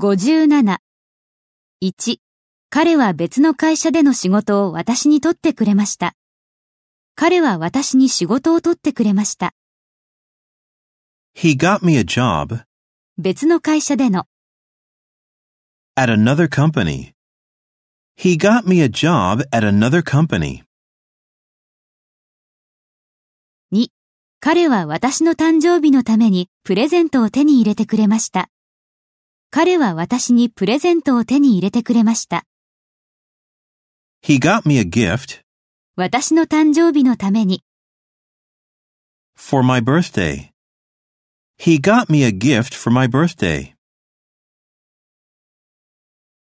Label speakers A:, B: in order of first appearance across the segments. A: 57.1. 彼は別の会社での仕事を私に取ってくれました。彼は私に仕事を取ってくれました。
B: He got me a job
A: 別の会社での
B: at another company. He got me a job at another company.
A: 2. 彼は私の誕生日のためにプレゼントを手に入れてくれました。彼は私にプレゼントを手に入れてくれました。
B: He got me a gift
A: 私の誕生日のために
B: for my birthday. He got me a gift for my birthday.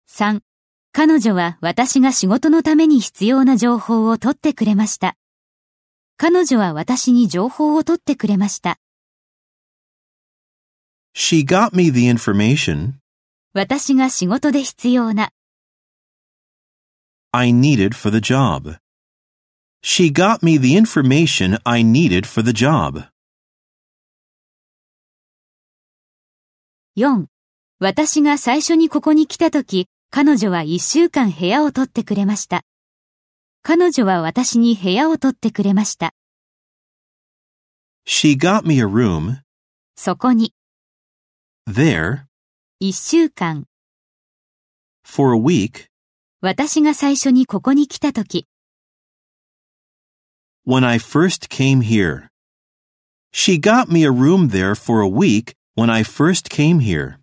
A: 3. 彼女は私が仕事のために必要な情報を取ってくれました。彼女は私に情報を取ってくれました。
B: She got me the information
A: 私が仕事で必要な
B: I needed for the job. She got me the information I needed for the job.
A: 4. 私が最初にここに来たとき、彼女は1週間部屋を取ってくれました。彼女は私に部屋を取ってくれました。
B: She got me a room
A: そこに、
B: there
A: 1週間、
B: for a week
A: 私が最初にここに来たとき、
B: when I first came here. She got me a room there for a week when I first came here.